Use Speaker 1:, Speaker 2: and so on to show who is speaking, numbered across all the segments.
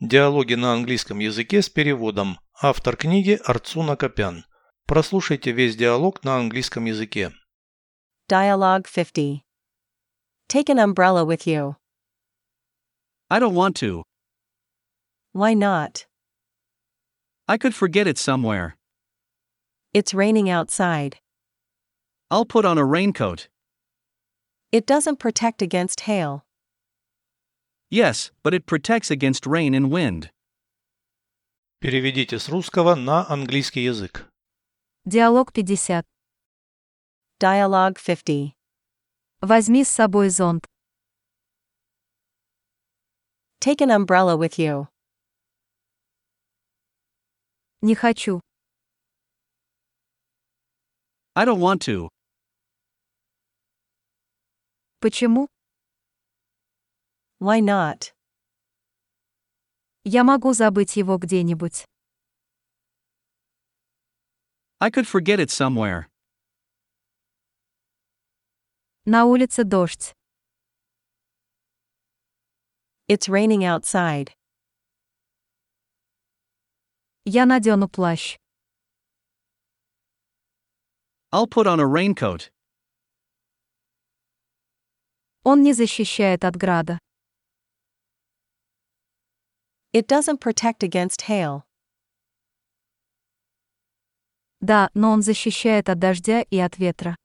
Speaker 1: Диалоги на английском языке с переводом. Автор книги Арцуна Копян. Прослушайте весь диалог на английском языке.
Speaker 2: Dialogue 50. Take an umbrella with you.
Speaker 3: I don't want to.
Speaker 2: Why not?
Speaker 3: I could forget it somewhere.
Speaker 2: It's raining outside.
Speaker 3: I'll put on a raincoat.
Speaker 2: It doesn't protect against hail.
Speaker 3: Yes, but it protects against rain and wind.
Speaker 1: Переведите с русского на английский язык.
Speaker 4: Диалог 50.
Speaker 2: Dialogue 50.
Speaker 4: Возьми с собой зонт.
Speaker 2: Take an umbrella with you.
Speaker 4: Не хочу.
Speaker 3: I don't want to.
Speaker 4: Почему?
Speaker 2: Why not?
Speaker 4: Я могу забыть его где-нибудь.
Speaker 3: I could forget it somewhere.
Speaker 4: На улице дождь.
Speaker 2: It's raining outside.
Speaker 4: Я надену плащ.
Speaker 3: I'll put on a raincoat.
Speaker 4: Он не защищает от града.
Speaker 2: It doesn't protect against hail.
Speaker 4: Да, но он защищает от дождя и от ветра.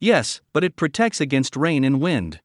Speaker 3: Yes, but it protects against rain and wind.